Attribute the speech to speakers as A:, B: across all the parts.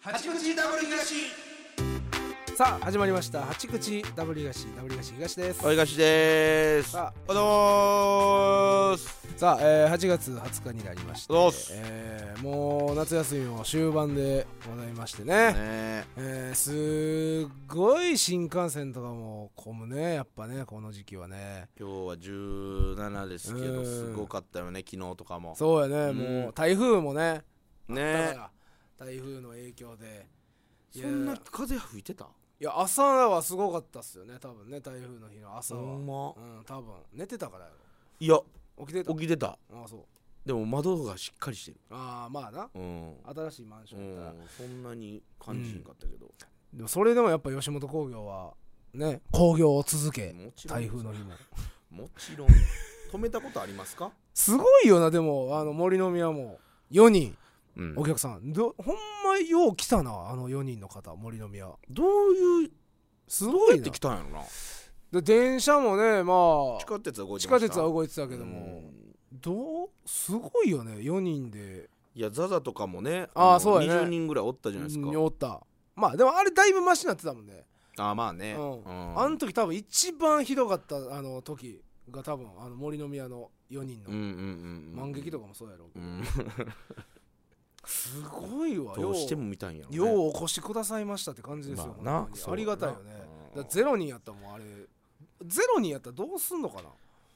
A: 八口ダブル東
B: さあ始まりました八口ダブル東ダブル東東です、
A: おいがしでーす
B: さ
A: おどーす
B: さあ、えー、8月20日になりまして
A: おどーす
B: えーもう夏休みも終盤でございましてね
A: ね
B: えーすっごい新幹線とかも混むねやっぱねこの時期はね
A: 今日は17ですけ
B: う
A: ど
B: ん
A: すごかったよね昨日とかも
B: そうやね、
A: うん
B: もう台風もねだか
A: ね
B: ら台風の影響でいや
A: そんな風吹いてた
B: いや朝はすごかったっすよね多分ね台風の日の朝は
A: ほんま
B: うん多分寝てたからや
A: いや
B: ろ起きてた
A: 起きてた
B: ああそう
A: でも窓がしっかりしてる
B: ああまあな
A: うん
B: 新しいマンショ
A: う
B: ンやったら、
A: んそんなに感じひんかったけど
B: でもそれでもやっぱ吉本興業はね興業を続け
A: もちろん
B: 台風の日も
A: もち ろん止めたことありますか
B: すごいよなでもあの森の宮も4人
A: うん
B: お客さんどほんまよう来たなあの4人の方森の宮
A: どういう
B: すごい
A: やっ
B: な
A: てきたんやろな
B: で電車もねま
A: 地下鉄は動
B: あ
A: いて
B: 地
A: ま
B: 下
A: した
B: 鉄は動いてた
A: だ
B: けどもどうすごいよね4人で
A: いやザザとかもね
B: あー
A: の
B: そうやね
A: 20人ぐらいおったじゃないですか
B: におったまあでもあれだいぶマシになってたもんね
A: あーまあね
B: うん
A: うん
B: あの時多分一番ひどかったあの時が多分あの森の宮の4人
A: うんう
B: の
A: んうんうん
B: 万劇とかもそうやろうけ
A: う
B: ど
A: ん
B: すごいわ
A: どう
B: よ
A: しても見たいんやろね
B: ようお越しくださいましたって感じですよ、
A: まあな
B: 本当に
A: そう
B: ありがたいよね
A: うん
B: だからゼロ人やったらもうあれゼロ人やったらどうすんのかな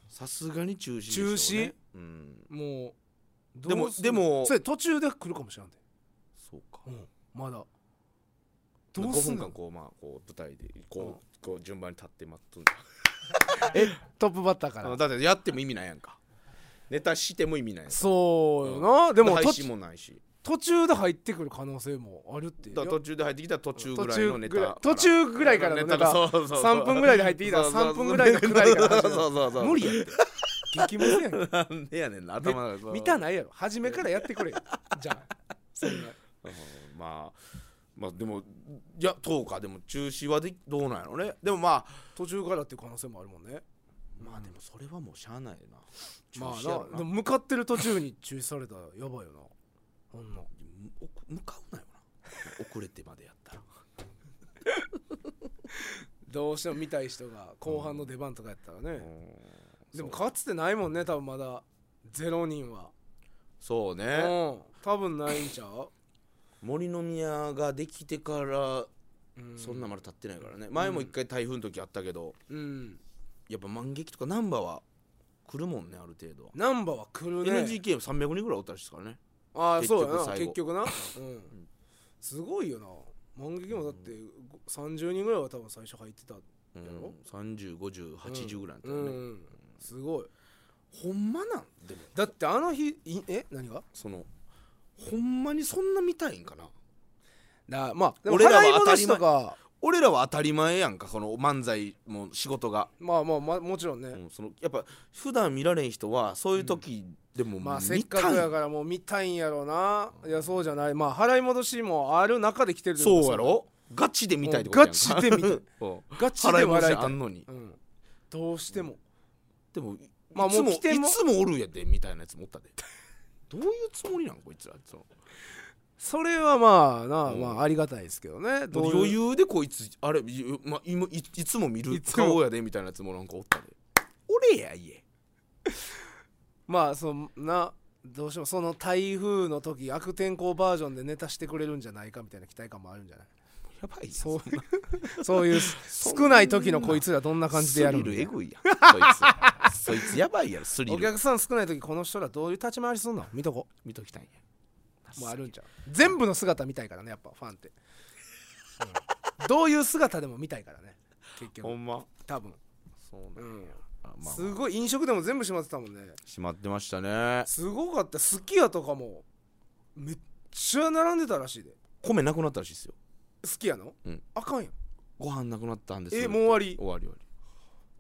A: さすがに中止でしょうね
B: 中止
A: うん
B: もう
A: でも
B: どうすんの
A: でも
B: それ途中で来るかもしれんで、
A: そうか
B: うん、まだ
A: で
B: どうすん
A: 5分間
B: の
A: こうまあこう舞台で
B: うん
A: こうこう順番に立って待っとん
B: トップバッターか
A: あの
B: ら
A: だってやっても意味ないやんかネタしても意味ないやん
B: そうよな、でも
A: 配
B: と
A: 信もないし
B: 途中で入ってくる可能性もあるって
A: だから途中で入ってきたら途中ぐらいのネ
B: ぐらい
A: タ
B: 途中ぐらいからのネタ
A: そうそうそう
B: 3分ぐらいで入ってきたら
A: そうそうそう
B: 3分ぐらいのくだりから始
A: そ
B: ま
A: う
B: る
A: そうそう
B: 無理や って激ムズやん
A: なんでやねんな頭が
B: 見た
A: な
B: ないやろ初めからやってくれじゃあそんな
A: まあまあでもいやそうかでも中止はでどうなんやろねでもまあ
B: 途中からっていう可能性もあるもんね
A: まあでもそれはもうしゃあないな中
B: まあ
A: 止やろ
B: な
A: な
B: でも向かってる途中に中止されたらやばいよなほんの
A: む向かうなよな遅れてまでやったら
B: どうしても見たい人が後半の出番とかやったらね、でも
A: そう
B: かつてないもんね多分まだ0人は
A: そう
B: う
A: ね
B: ん多分ないんちゃう、
A: 森の宮ができてから
B: うん、
A: そんなまだ経ってないからね前も一回台風の時あったけど
B: うん
A: やっぱ万劇とか難波は来るもんねある程度は
B: ナンバーは来るね
A: NGK300 人ぐらいおったらしいですからね
B: ああ
A: 結
B: そう
A: 局
B: やな
A: 最後
B: 結局な、うん、すごいよな万劇もだってご30人ぐらいは多分最初入ってた
A: うん
B: やろ
A: 305080ぐらいだった
B: うん
A: よ
B: う
A: ね、
B: んすごい
A: ほんまなんでも
B: だってあの日いえ何が
A: そのほんまにそんな見たいんかな
B: だまあでも
A: 俺らは
B: 払い戻しとか
A: 俺らは当たり前やんかこの漫才も仕事が、
B: まあまあまあもちろんね、
A: うんそのやっぱ普段見られん人はそういう時でも見たい、
B: まあせっかくやからもう見たいんやろうな、いやそうじゃないまあ払い戻しもある中で来てるってこと
A: そうやろガチで見たいってこと
B: ガ
A: やんか
B: チで見たい
A: うん
B: ガチ
A: 払
B: で
A: い戻
B: 笑
A: し
B: いた
A: あ
B: い、
A: んのに
B: うん、どうしても、
A: でもい
B: まあ
A: つ
B: もう来ても
A: いつもおるやでみたいなやつもおったでどういうつもりなんこいつらその
B: それはまあなあ
A: うん
B: まあありがたいですけどねどういう
A: 余裕でこいつあれ、いまあ、今いいつも見る
B: いつも
A: 顔やでみたいなやつもなんかおったで俺や家
B: まあそんなどうしてもその台風の時悪天候バージョンでネタしてくれるんじゃないかみたいな期待感もあるんじゃない
A: やばいやん
B: そうそ ういう少ない時のこいつらどんな感じでやる
A: スリルエ
B: の
A: グいやんそいつそいつやばいやろスリ
B: お
A: ル
B: 客さん少ない時この人らどういう立ち回りすんの見とこ
A: 見ときたいんや
B: もうあるんちゃう全部の姿見たいからねやっぱファンって、うんどういう姿でも見たいからね結
A: ほ
B: 局
A: んま
B: 多分、
A: そうなんや
B: うん
A: あまあ
B: すごい飲食でも全部閉まってたもんね
A: 閉まってましたね
B: すごかったすき家とかもめっちゃ並んでたらしいで
A: 米なくなったらしいですよ
B: すき家の、
A: うん
B: あかんやん
A: ご飯なくなったんです
B: えもう終わり
A: 終わり終わ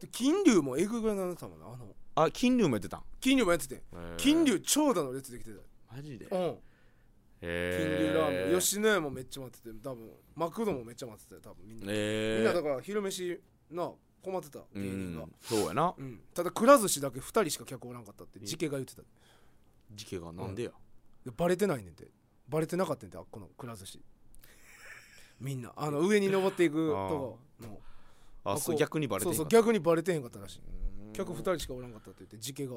A: り
B: で金龍もえぐいぐらい並んでたもんなあの
A: あ金龍もやってたん
B: 金龍もやってて金龍長蛇の列できてた
A: マジで
B: よ、うん、金龍ラーメン
A: し
B: 吉野家もめっちゃ待ってて多分マクドもめっちゃ待ってたよ多分みんな、みんな
A: え
B: だから昼飯な困ってた
A: え
B: 芸人が、
A: そうやな
B: うん、ただくら寿司だけ2人しか客おらんかったって時計が言ってたで
A: 事件がなんでや
B: バレてないねんてバレてなかったんてあっこのくら寿司みんなあの上に登っていく
A: あー
B: とこの
A: あそう逆にバレて
B: そ
A: ん
B: う
A: か
B: そう逆にバレてへんかったらしい客2
A: ふ
B: 人しかおらんかったって言って時計が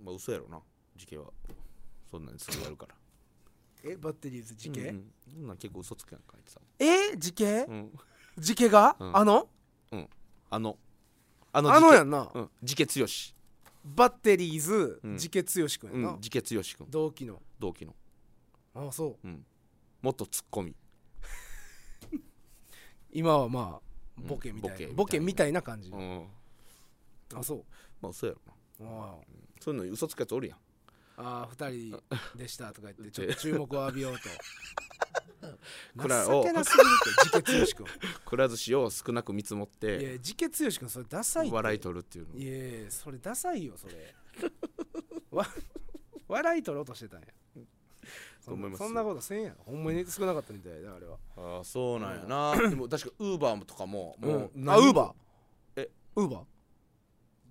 A: まあ嘘やろな時計はそんなにすぐやるから
B: えバッテリーズ時
A: う
B: 計
A: んうんそんなん結構嘘つくやんかあいつは
B: え時計
A: うん
B: 時計が
A: うん
B: あの
A: あのあの
B: あのや
A: ん
B: んな
A: うん時計剛し
B: バッテリーズ
A: うん
B: 時計剛君や
A: うん
B: なん
A: 時計剛君
B: 同期の
A: 同期の
B: ああそう
A: うん元ツッコミ
B: 今はまあ
A: うん
B: ボケみた
A: ボケみ
B: い
A: たい
B: な
A: な
B: ボケみたいな感じ
A: うん
B: あそう
A: まあ嘘やろな
B: あ
A: そういうの嘘つくやつおるやん
B: あ2人でしたとか言 ってちょっと注目を浴びようと
A: くらいを
B: 情けなすぎるって時 計剛
A: くら寿司を少なく見積もっ
B: 君い
A: て
B: や時計剛君それダサいって
A: 笑い取るっていうの
B: いやいやそれダサいよそれ わ笑い取ろうとしてたんやそ
A: と思いま
B: んな
A: すよ
B: そんなことせんやんほんまに少なかったみたいだあれは
A: ああそうなんやなでも確かウーバーとかももう
B: あウーバー
A: え
B: ウーバー
A: ー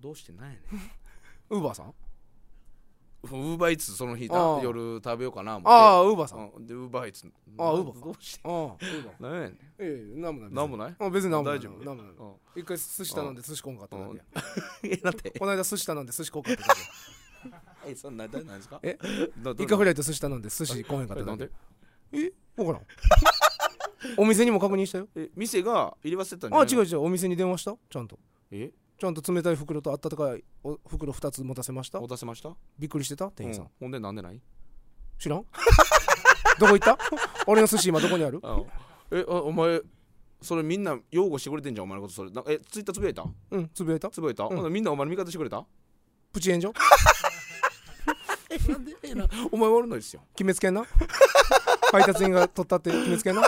A: どうしてないねん
B: ウーバーさん
A: ウーバーイーツその日
B: あ
A: た
B: あ
A: 夜食べようかな思って
B: ああウーバーさんあ
A: うんでウーバーイーツ
B: あウーバーか
A: どうして
B: あウ ーバー
A: なんやねん
B: ええなんもない
A: なんもない
B: あ別になんもない
A: 大丈夫
B: なんもないう一回寿司頼んで寿司こんかっただけや
A: ん えだって
B: この間寿司頼んで寿司こんかった だけや
A: えそんな誰なんですか
B: え
A: など
B: 一回フ
A: れ
B: ライと寿司頼んで寿司こんへんかった
A: な
B: だ
A: んで
B: けえ分からんお店にも確認し たよ
A: え店が入れ忘れたんじゃ
B: あ
A: な
B: 違
A: いう
B: 違うお店に電話したちゃんと
A: え
B: ちゃんと冷たい袋と温かいお袋2つ持たせました
A: お出せました
B: びっくりしてた店員さん、
A: うんほんでなんでない
B: 知らん どこ行った俺の寿司今どこにある
A: あえあお前それみんな擁護してくれてんじゃんお前のことそれなえツイッターつぶやいた
B: うんつぶやいた
A: つぶやいた、
B: ん
A: ほなみんなお前の味方してくれた
B: プチ炎上
A: なんでえなお前悪ないですよ
B: 決めつけんな 配達員が取ったって決めつけんな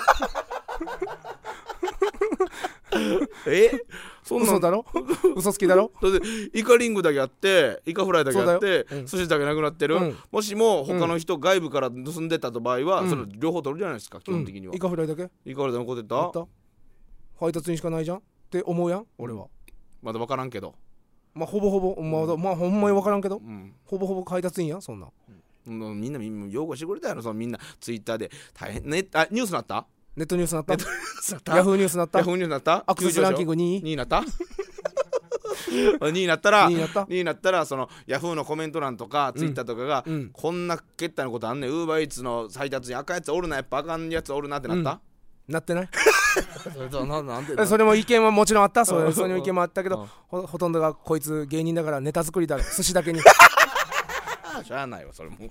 A: え そんな
B: 嘘
A: んだ
B: だろ嘘つきだろ
A: ってイカリングだけあってイカフライだけあって、
B: そうだようん
A: 寿司だけなくなってる、
B: うん
A: もしも他の人外部から盗んでたと場合は、
B: うん
A: それ両方取るじゃないですか基本的には、
B: うんイカフライだけ
A: イカフライ残って
B: あ
A: た
B: った配達員しかないじゃんって思うやん俺は、
A: まだ分からんけど、
B: まあほぼほぼまだ、まあほんまに分からんけど
A: うん、
B: ほぼほぼ配達員やんそんなん
A: うんみんなみんな擁護してくれたやろそのみんなツイッターで大変ねあニュースなった
B: ネットニュースなった
A: ヤ
B: ヤ
A: フ
B: フーニュースなった
A: ヤフーニュースなった
B: アクセスランキング2
A: 2
B: 位
A: 位になった2位になったら
B: 2位やった
A: 2位になったらそのヤフーのコメント欄とかツイッターとかが、
B: うん
A: こんなけったなことあんねんウーバーイーツの配達に赤いやつおるなやっぱあかんやつおるなってなった、
B: なってない
A: それとななんで
B: えそれも意見はもちろんあったそ
A: うん
B: れそれも意見もあったけ
A: う
B: ど
A: ん
B: ほほとんどがこいつ芸人だからネタ作 りだろ寿司だけに
A: しゃあないわそれも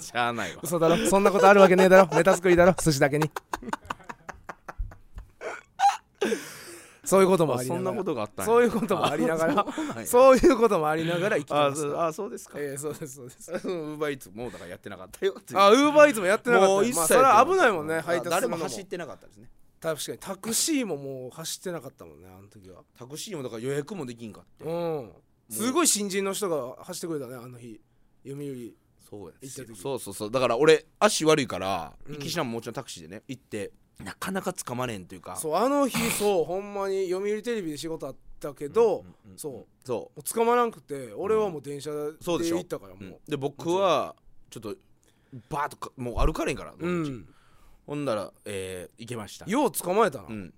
A: しゃあないわ
B: 嘘だろそんなことあるわけねえだろネタ作りだろ寿司だけにそういうこともあり
A: そ
B: なが
A: ん
B: ら
A: なことがあったんや
B: そういうこともありながら
A: あそうなんや
B: そういうこともありながら生きて
A: あ
B: ま
A: そ
B: す
A: うあそうですか、
B: ええそうですそうです
A: ウーバーイーツもうだからやってなかったよっていう
B: あウーバーイーツもやってなかった
A: もう一切
B: まあ、
A: やっ
B: そ
A: てな
B: れ
A: かった
B: は危ないもんね配達するのも
A: 誰も走ってなかったですね
B: 確かにタクシーももう走ってなかったもんねあの時は
A: タクシーもだから予約もできんかって
B: うんすごい新人の人が走ってくれたねあの日読売
A: そうやんすよ
B: 行った時
A: そうそうそうだから俺足悪いから
B: うん
A: 行きしなももちろんタクシーでね行ってなかなかつかまれんというか
B: そうあの日そう ほんまに読売テレビで仕事あったけど、
A: うんうん
B: そう
A: う
B: も
A: んそう
B: 捕まらんくて俺はもう電車で
A: そうでしょ
B: 行ったからも
A: う、うん
B: う
A: で僕はちょっとバーッとかもう歩かれんから、
B: うん、
A: ほんなら、えー行けました
B: よう捕まえたな、
A: うん、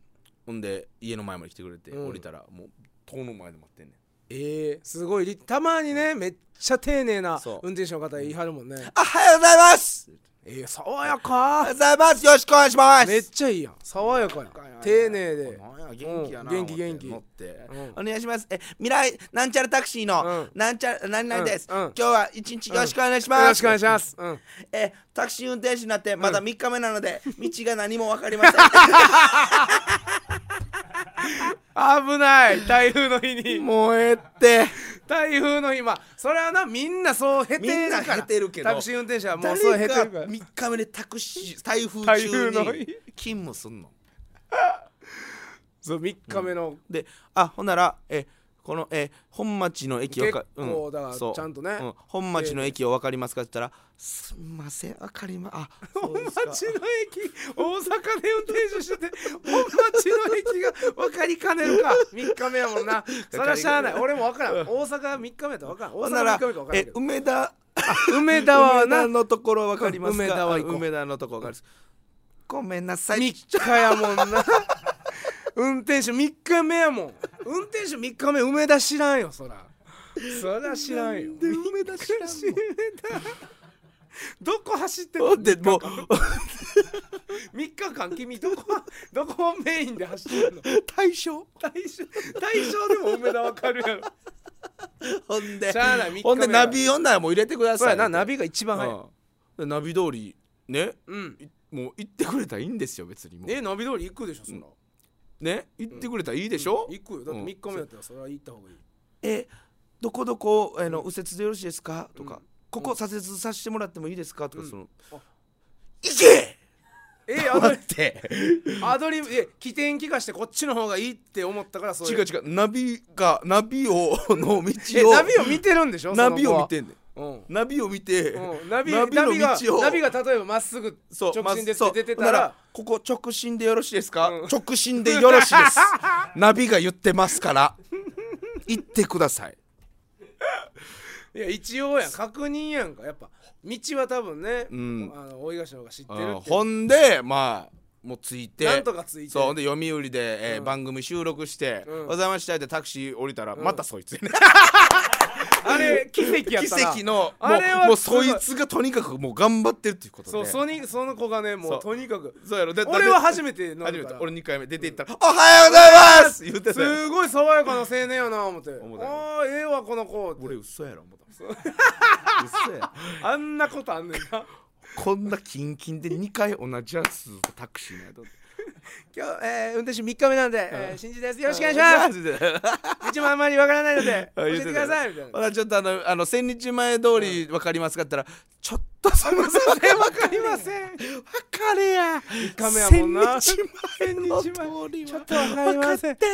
A: ほんで家の前まで来てくれて、
B: うん
A: 降りたらもう塔の前で待ってんねん
B: ええすごいりたまにねめっちゃ丁寧な
A: そう
B: 運転手の方言い張るもんね、
A: あおはようございます
B: ええ爽や
A: おはよ
B: か
A: うございますよろしくお願いしま
B: めっちゃいいやん爽やかやん丁寧で
A: なんや元気やな、
B: うん元気元気
A: 思って
B: うん
A: お願いしますえ未来なんちゃらタクシーの、
B: うん
A: なんちゃら何々です、
B: うんうん
A: 今日は一日よろしくお願いします、
B: よろしくお願いします、うん、
A: えタクシー運転手になってまだ3日目なので、 道が何も分かりません
B: 危ない台風の日に
A: もうええって
B: 台風の日まあそれはなみんなそう減っ
A: みん
B: てる
A: な
B: から
A: 減ってるけど
B: タクシー運転手は もうそう
A: 誰
B: 減っ
A: か
B: てるから
A: 3日目でタクシー台風
B: 台
A: 中
B: 風
A: に
B: の日
A: 勤務すんの
B: そう3日目の
A: であほんならえこのえ本町の駅わか
B: 結構だから
A: そう
B: ちゃんとね
A: うん本町の駅を分かりますかって言ったら「すんません分かりまあ
B: 本町の
A: の
B: 駅大阪で運転手してて本町の駅が分かりかねるか3日目やも んなそれはしゃあない俺も分からん大阪3日目やと分からん大
A: ほ
B: 阪
A: んな
B: 3
A: ら
B: 日目か分からん
A: え
B: けど
A: 梅田
B: 梅田は
A: 梅田
B: な
A: のところ分かりますか
B: 梅田は行こう
A: 梅田のところ分かりますごめんなさい
B: 3日やもん な運転手3日目やもん運転手3日目梅田知らんよそらそら知らん
A: な
B: よ
A: んで梅田知らんの
B: 梅田どこ走ってんの
A: ほんでもう
B: 3日間君どこどこをメインで走ってるの
A: 対象
B: 大象大象でも梅田わかる やろ
A: ほんで
B: しゃあない三日目
A: ほんでナビ読んだらもう入れてくだ
B: そう
A: さ
B: や
A: い
B: なナ
A: ビ
B: ビが一番早い
A: ナビ通りね
B: うん
A: いもう行ってくれたらいいんですよ別にもう
B: えナビ通り行くでしょそら
A: ね行ってくれたらいいでしょ
B: 行くよだって
A: うん
B: 3日目だったらそれは行っ た方がいい
A: えどこどこあの右折でよろしいですかと
B: うん
A: かここ左折させてもらってもいいですかとか
B: うん
A: その
B: あ
A: 行け
B: えアド
A: 待
B: リ
A: って
B: アドリブえ起点聞かしてこっちの方がいいって思ったからそう
A: 違
B: いう
A: 違うナビがナビをの
B: え
A: 道を
B: ナビを見てるんでしょ
A: ナビを見てんねん
B: その子は
A: ナビを見て
B: うん、うん、ナビ
A: ナ
B: ナ
A: ビ
B: ビ
A: の
B: が
A: 道を
B: ナビが例えばまっすぐ
A: そう
B: 直進で
A: まあそう
B: 出て
A: ほ
B: た
A: んな
B: ら
A: ここ直進でよろしいですか、
B: うん
A: 直進でよろしいです ナビが言ってますから行ってくだ さい
B: いや一応やん確認やんかやっぱ道は多分ね、
A: ん
B: あの大東の方が知ってる
A: うん
B: って
A: ほんでまあもうついて
B: なんとかついてる
A: そうほんで読売で、えー
B: うん
A: 番組収録して「
B: うん
A: おざいました」ってタクシー降りたら、
B: ん
A: またそいつやね
B: あれ奇跡や っ
A: 奇
B: たな
A: 跡のも
B: あれは
A: うもう
B: す
A: そ
B: ごい
A: いつがとにかくもう頑張ってるっていうことで
B: そうそにその子がねも
A: そう
B: うとにかく
A: そうやろでだって
B: 俺は初めて飲んだ
A: 初めて
B: から
A: 俺2回目出て行ったら「おはようございます!」言ってたよ
B: すごい爽やかな青年やな思って
A: 思ったよ
B: ああええわこの子って
A: 俺嘘やろ思った嘘や
B: あんなことあんねんな
A: こんなキンキンで2回同じやつとタクシーのやつ
B: 今日、えー、運転手3日目なんで、えー、新次ですよろしくお願いします
A: す
B: 道もあんまりわからないので教
A: あ言
B: え
A: っててた
B: くださいみたいな。
A: まだちょっとあのあの千日前通り分かりますかって言ったら「ちょっとすいません
B: それ
A: 分
B: わかりません。
A: かれや」「
B: 日目やもんな
A: 千日前の通り
B: ちょ
A: は
B: っとわかり ません
A: 分か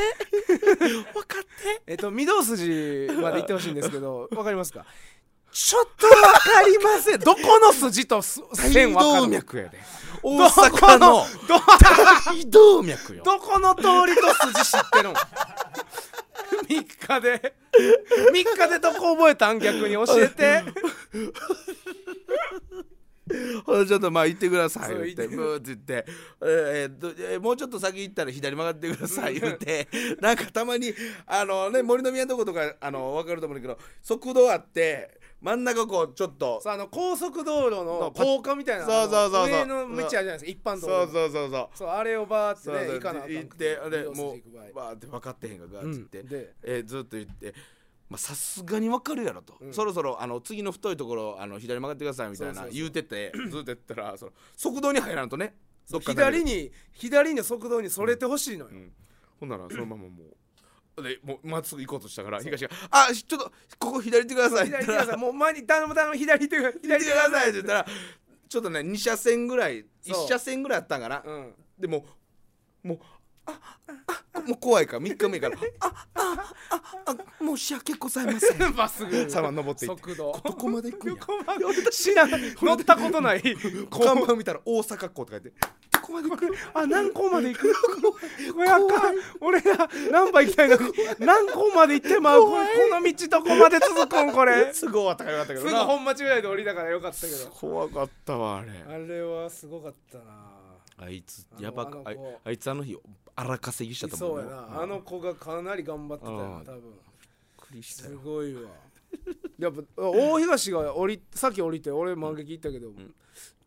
A: って分かって
B: えっと御堂筋まで行ってほしいんです けど、わかりますか。
A: ちょっと分かりません
B: どこの筋とす線
A: 大
B: わか
A: 動
B: るの。
A: 脈やで大阪の
B: ど
A: 大動脈よ
B: どこの通りと筋知ってるの。三日で三日でどこ覚えたん逆に教えて。
A: ほんでちょっとまあ行ってください
B: そう
A: 言って
B: 行って
A: ブーって言って、えーえーどえーもうちょっと先行ったら左曲がってください言 ってなんかたまにあのね森の宮のとことかあの分かると思うんだけど速度あって真ん中こうちょっと
B: そうあの高速道路の
A: そう
B: 高架みたいな
A: そうそうそうそう
B: あの上の道あるじゃないですか一般道
A: そう
B: 路の
A: そうそうそう
B: そうあれをバーって
A: そうそう
B: ね行かなあかん
A: 行ってあれ
B: 御堂筋
A: も
B: 行く場合
A: うバーって分かってへんかがっつって、
B: うんで
A: えーずっと言って。まあさすがに分かるやろと、そろそろあの次の太いところあの左曲がってくださいみたい
B: そう
A: な
B: そうそう
A: 言うててずっと言ったらその速度に入らんとねどっかだけ
B: 左に左の速度にそれてほしいのよ、
A: ほんならそのままもうでもうまっすぐ行こうとしたから東が「あちょっとここ左行ってください」って
B: 左
A: 言
B: 行
A: ってた
B: っくださ
A: ら
B: いもう前に頼む頼む左行ってください
A: 「 左
B: 左
A: 行って
B: 行っ
A: くだ
B: てくだ
A: さ
B: さ
A: い」
B: い
A: って言ったらちょっとね2車線ぐらい
B: そう
A: 1車線ぐらいあったんかな
B: うん
A: でももうあああもう怖いから3日目から「ああああ申し訳ございませ ん」
B: まっすぐ
A: さま登っていって
B: 速度
A: どこまで行くんや
B: 知らん乗ったことない
A: 看板見たら「大阪港」って書いて「どこまで行くんや
B: あ何校まで行くこれあかん俺ら何番行きたいのに何校まで行ってまうこ
A: 怖い
B: この道どこまで続くんこれ す
A: すぐ終わったからよかったけど
B: ぐ
A: な
B: 本町ぐらいで降りたからよかったけど
A: 怖かったわあれ
B: あれはすごかったな
A: あいつ
B: あの
A: やばか
B: あ
A: あ
B: の子
A: あいつあの日荒稼ぎしちゃ
B: い
A: った
B: そ
A: も
B: うんやなあの子がかなり頑張ってたよ
A: うん
B: な多分
A: びっくりした
B: す
A: よ
B: ごいわやっぱ大東が降りさっき降りて俺満劇行ったけど、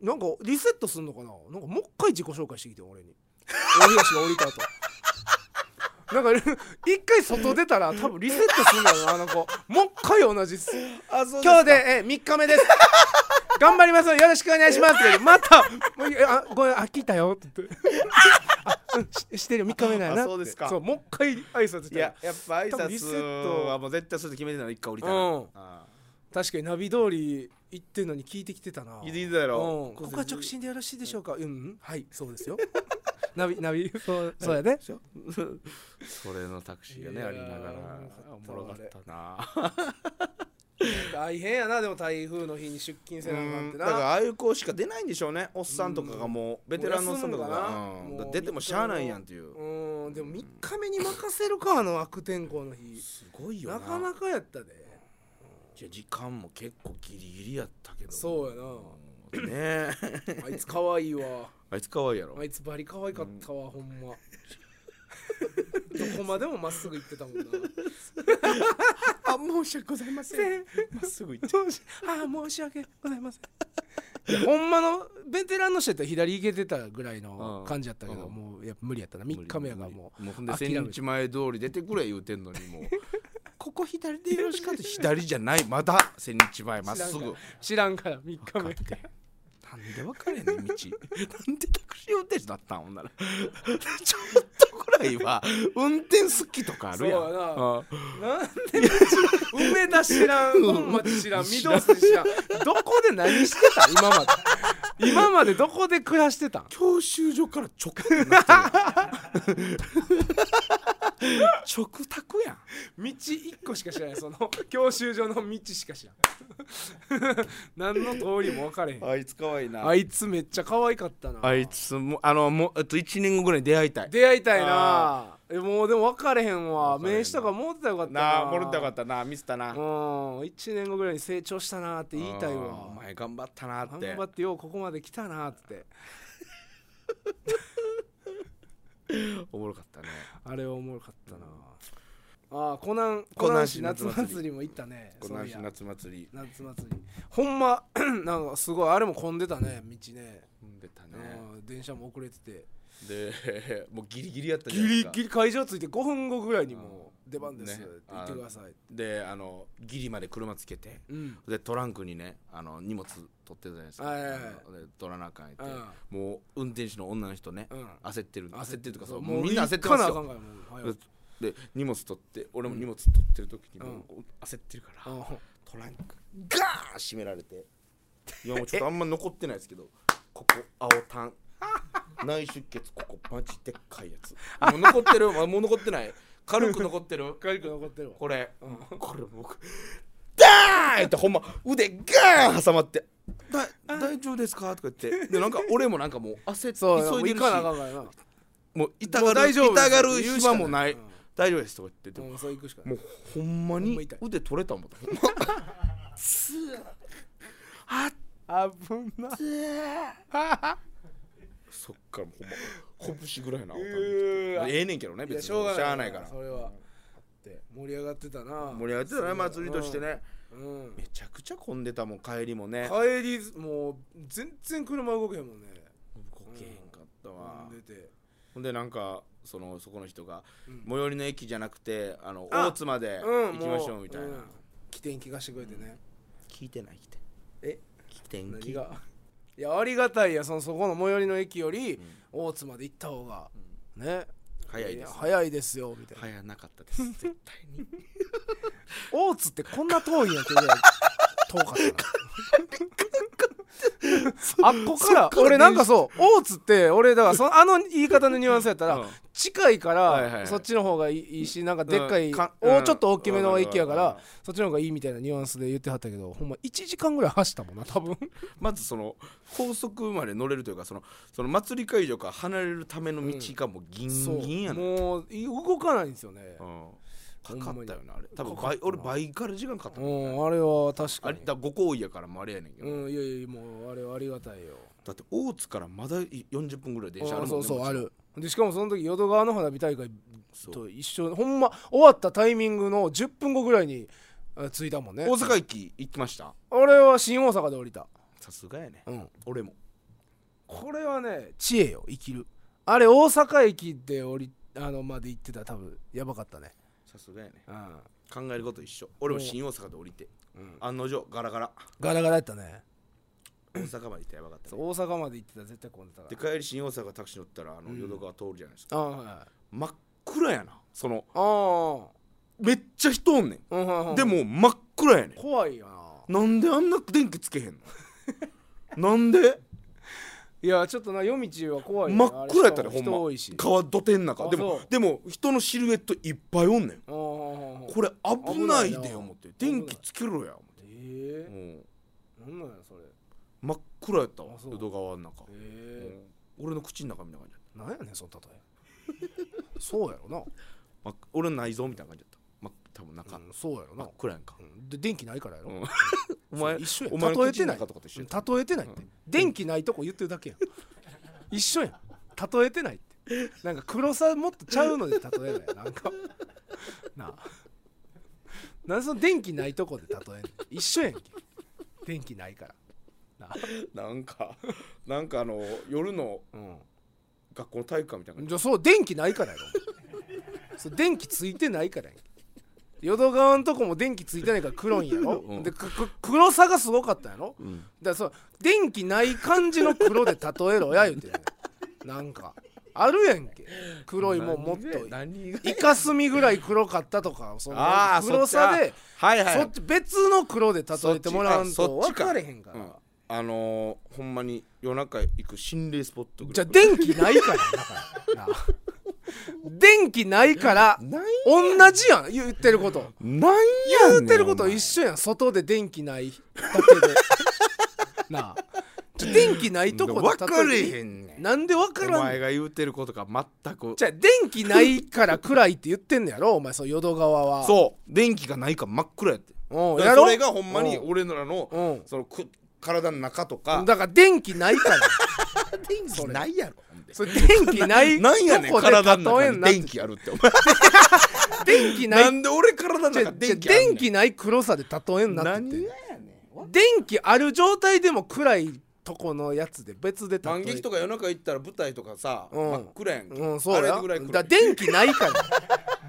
B: なんかリセットすんのかななんかもう一回自己紹介してきて俺に大東が降りた後なんか一回外出たら多分リセットするんだよなあの子もう一回同じっす
A: あそう
B: 今日でえ3日目です 頑張りますよろしくお願いしますってまたもうえあごめん飽きた よって言ってあうんししてるよ3日目だよなって
A: あそうですか
B: そうもう一回挨拶した
A: いややっぱ挨
B: 多分リセッ
A: 拶
B: ト
A: はもう絶対それで決めてたの一回降りた
B: うん
A: ら
B: 確かにナビ通り行ってんのに聞いてきてたな
A: 聞いてきてたやろ
B: うんここは直進でよろしいでしょうかうんうんはいそうですよ ナビナビそうそうやね
A: それのタクシーがね
B: いやー
A: ありながらお
B: お
A: もろ
B: もろ
A: か
B: か
A: っ
B: った
A: たな
B: 大変やなでも台風の日に出勤せなあかんっ
A: う
B: て
A: ん
B: な
A: だからああいう子しか出ないんでしょうねおっさんとかがもうベテランのおっさんとかが
B: もう休むのかな
A: うん
B: もう
A: だから出てもしゃあないやんっていう
B: うんでも3日目に任せるかあの悪天候の日
A: すごいよな
B: なか なかやったで
A: いや時間も結構ギリギリやったけど
B: そうやな
A: うんねえ
B: あいつ可愛いわ
A: あいつ可愛いやろ
B: あいつバリ可愛かったわ、ほんま どこまでもまっすぐ行ってたもんな あ申し訳ございません
A: まっすぐ行っ
B: 申しあー申し訳ございませんいやほんまのベテランの人やったら左行けてたぐらいの感じやったけど、
A: うん
B: もうやっぱ無理やったな3日目やからもう
A: もうほんで
B: 諦め
A: 千日前通り出てくれ言うてんのに もうここ左でよろしかった左じゃないまだ千日前まっすぐなん
B: 知らんから3日目 か
A: で分かれん ねん道なんでタクシー運転手だったんほんなら ちょっとぐらいは運転好きとかあるやん
B: そうやな
A: うん
B: なんで梅田知ら ん本町知らん御堂筋知らんどこで何してた今まで今までどこで暮らしてたん
A: 教習所から直卓になってる直卓やん
B: 道1個しか知らないその教習所の道しか知らん 何の通りも分かれへ ん
A: あいつかわいいな
B: あいつめっちゃ可愛かったな
A: あいつもあのもうあと1年後ぐらいに出会いたい
B: 出会いたいなえもうでも分かれへんわ
A: 分かれへんな
B: 名刺とか持ってたらよかったな
A: なあもろったかったなミスったな
B: うん1年後ぐらいに成長したなって言いたい
A: うんお
B: わ
A: 前頑張ったなって
B: 頑張ってようここまで来たなって
A: おもろかったね
B: あれはおもろかったなああコナン
A: コ
B: コ
A: ナ
B: ナ
A: ン
B: ン
A: 市
B: 市
A: 夏
B: 夏
A: 祭り
B: 祭りも行ったね
A: この
B: そういや
A: 夏祭り
B: 夏祭りほんま なんかすごいあれも混んでたね道ね
A: 飲んでたね
B: うん電車も遅れてて
A: で もうギリギリやったじゃ
B: ギ
A: ないで
B: リ
A: すか
B: ギリ会場着いて5分後ぐらいにもう出番ですっ
A: ね
B: て言ってください
A: であのギリまで車つけて
B: うん
A: でトランクにねあの荷物取ってたじゃないですか、
B: はいはいはい
A: あので取らなあかんって、
B: うん
A: もう運転手の女の人ね、
B: うん
A: 焦ってる焦ってるとかそう
B: も
A: も
B: う
A: うみんな焦って
B: 行
A: ま
B: か
A: す
B: なあか
A: よ
B: んからもう早く
A: で荷物取って俺も荷物取ってる時にもう焦ってるから、
B: うん
A: トランクガーン閉められていやもうちょっとあんま残ってないですけどここ青タン内出血ここマジでっかいやつもう残ってるまあもう残ってない軽く残ってる
B: 軽く残ってるわ
A: これ、これ僕ダーンってほんま腕ガーン挟まって「だ大丈夫ですか?」とか言 ってでなんか俺もなんかもう焦って
B: そう
A: 急いで
B: 行
A: るし
B: かなあかんからな
A: もう痛が
B: もう
A: る
B: 大丈夫です
A: 痛がる
B: 言うし
A: 暇
B: かない
A: もない、
B: うん
A: 大丈夫ですとか言ってて、
B: もうそう行くしかな
A: も
B: い
A: うほんま
B: ほん
A: に
B: ま痛い
A: 腕取れたもんほんまつーあっ
B: あぶんな
A: つーそっからもうほんま拳ぐらいな
B: うーわ
A: ええねんけどね
B: いや
A: 別に
B: しょうがない
A: ゃあないから
B: それはで盛り上がってたな
A: 盛り上がってたね祭りとしてね、
B: うんうん
A: めちゃくちゃ混んでたもん帰りもね
B: 帰りもう全然車動けへんもんね
A: こけへんかったわ、
B: 出て
A: ほんでなんかそのそこの人が、
B: うん
A: 最寄りの駅じゃなくてあの
B: あ
A: 大津まで
B: う
A: 行
B: ん
A: きましょ
B: も
A: うみたいな、
B: ん起点聞かしてくれてね
A: 聞いてない来て
B: え
A: 来てん
B: 何がいやありがたいやそのそこの最寄りの駅より大津まで行った方がね
A: 早いです
B: や早いですよみたいな
A: 早なかった です絶対に
B: 大津ってこんな遠いんやってぐらい遠 かったなあっこから俺なんかそう大津って俺だからそのあの言い方のニュアンスやった
A: うん
B: ら近いか
A: はいはいは
B: ら
A: い
B: そっちの方がいいしなんかでっか
A: う
B: い
A: んか
B: お
A: うん
B: ちょっと大きめの駅やか
A: わかるわ
B: ら
A: か
B: そっちの方がいいみたいなニュアンスで言ってはったけどほんま1時間ぐらい走ったもんな多分
A: まずその高速まで乗れるというかそのその祭り会場から離れるための道がもうギンギンやね、ん
B: もうい動かないんですよね
A: うん、かかったよなあれ多分
B: かかっ
A: 倍
B: たな
A: 俺倍から時間かかった
B: う
A: もん
B: んあれは確
A: あ
B: か
A: れ
B: に
A: だご好意やからもあれやねんけど、
B: うんいやいやもうあれはありがたいよ
A: だって大津からまだい40分ぐらい電車あ
B: あ
A: るも
B: そ
A: ん
B: う
A: ね
B: そう
A: も
B: あ
A: ちろん
B: るでしかもその時淀川の花火大会
A: そう
B: と一緒ほんま終わったタイミングの10分後ぐらいにあ着いたもんね
A: 大阪駅行きました
B: 俺は新大阪で降りた
A: さすがやね
B: うん
A: 俺も
B: これはね知恵よ生きるあれ大阪駅で降りあのまで行ってたら多分やばかったね
A: さすがやね
B: うん
A: 考えること一緒俺も新大阪で降りて、案の定ガラガラ
B: ガラガラやったね
A: 大阪まで行ったらやばかった、
B: そ
A: ね、
B: う大阪まで行ってたら絶対混んでたか
A: で
B: ら
A: 帰り新大阪タクシー乗ったらあの淀川通るじゃないですか、
B: ああはいあ
A: 真っ暗やなその
B: あ
A: めっちゃ人おんねん、
B: うんうんうん
A: でも真っ暗やね
B: 怖いよなん
A: なんであんな電気つ けへんのなんで
B: いやちょっとな夜道は怖いよ
A: 真
B: な
A: っ暗やったね
B: あ
A: ほ
B: れ
A: ん
B: 人多いし
A: ま川土手ん中
B: あ
A: でも
B: そう
A: でも人のシルエットいっぱいおんねん
B: うんうんうんうん
A: これ危ない
B: 危ない
A: で
B: な
A: 思って電気つけろや思って
B: え
A: うん
B: えなんなんやそれ
A: 真っ暗やったわ
B: あそう
A: 淀川の中
B: ええ
A: うん俺の口の中みたいな感じだっ
B: なんやねんその例え そうやろな
A: た真っ俺の内臓みたいな感じだった真っ多分中、
B: うんそうやろ
A: 真
B: な
A: っ、暗やんか、
B: うんで電気ないからやろ、
A: うん
B: う
A: お前
B: 一緒やん
A: お前の
B: 例えて
A: 口の
B: ない
A: 中とかと一緒やん
B: 例えてないって、電気ないとこ言ってるだけやん一緒やん例えてないってなんか黒さもっとちゃうので例えないなんかなあなんでその電気ないとこで例えんの一緒やんけ電気ないからなあ
A: なんかなんかあの夜の
B: う
A: 学校の体育館みたいなん感
B: じゃあそう電気ないからやろそう電気ついてないからやんけ淀川のとこも電気ついてないから黒いんやろ、
A: うん
B: でくく黒さがすごかったんやろ、
A: じ、うん
B: だからそう電気ない感じの黒で例えろや言うてんねんなんかあるやんけ黒いもんもっと
A: 何が
B: イカスミぐらい黒かったとかその
A: ああ
B: 黒さで
A: はいはい
B: そっち別の黒で例えてもらわん
A: そっ
B: と
A: ちあそっち
B: 分
A: か
B: かれへんから、
A: うんあのー、ほんまに夜中行く心霊スポットぐらい
B: じゃあ電気ないからだからなあ電気ないから
A: ない
B: 同じやん言ってること
A: なんや
B: 言
A: ねん
B: ってること一緒やん外で電気ないだ けでなあちょ電気ないとこで例え
A: 分かれへんねん
B: なんで分か
A: お
B: らん
A: 前が言うてることが全く
B: じゃあ電気ないから暗いって言ってんのやろお前そう淀川は
A: そう電気がないから真っ暗やって
B: うん
A: だから
B: やろ
A: それがほんまに
B: う
A: 俺らの
B: うん
A: そのく体の中とか
B: だから電気ないから
A: 電気ないやろ
B: それ電気ない
A: なんやねん
B: とこで
A: 体の中
B: 例えん
A: に
B: な
A: 電気あるってお前
B: 電気 ない
A: なんで俺体の
B: じゃ
A: 中
B: あじゃあ
A: 電気あんねん
B: 電気ない黒さで例えんなって言ってんの
A: やねん
B: 電気ある状態でも暗いとこのやつで別で例え
A: 万劇とか夜中行ったら舞台とかさ
B: うん
A: 真っ暗やんけ
B: うんそうや
A: あれぐらい暗い
B: だから電気ない から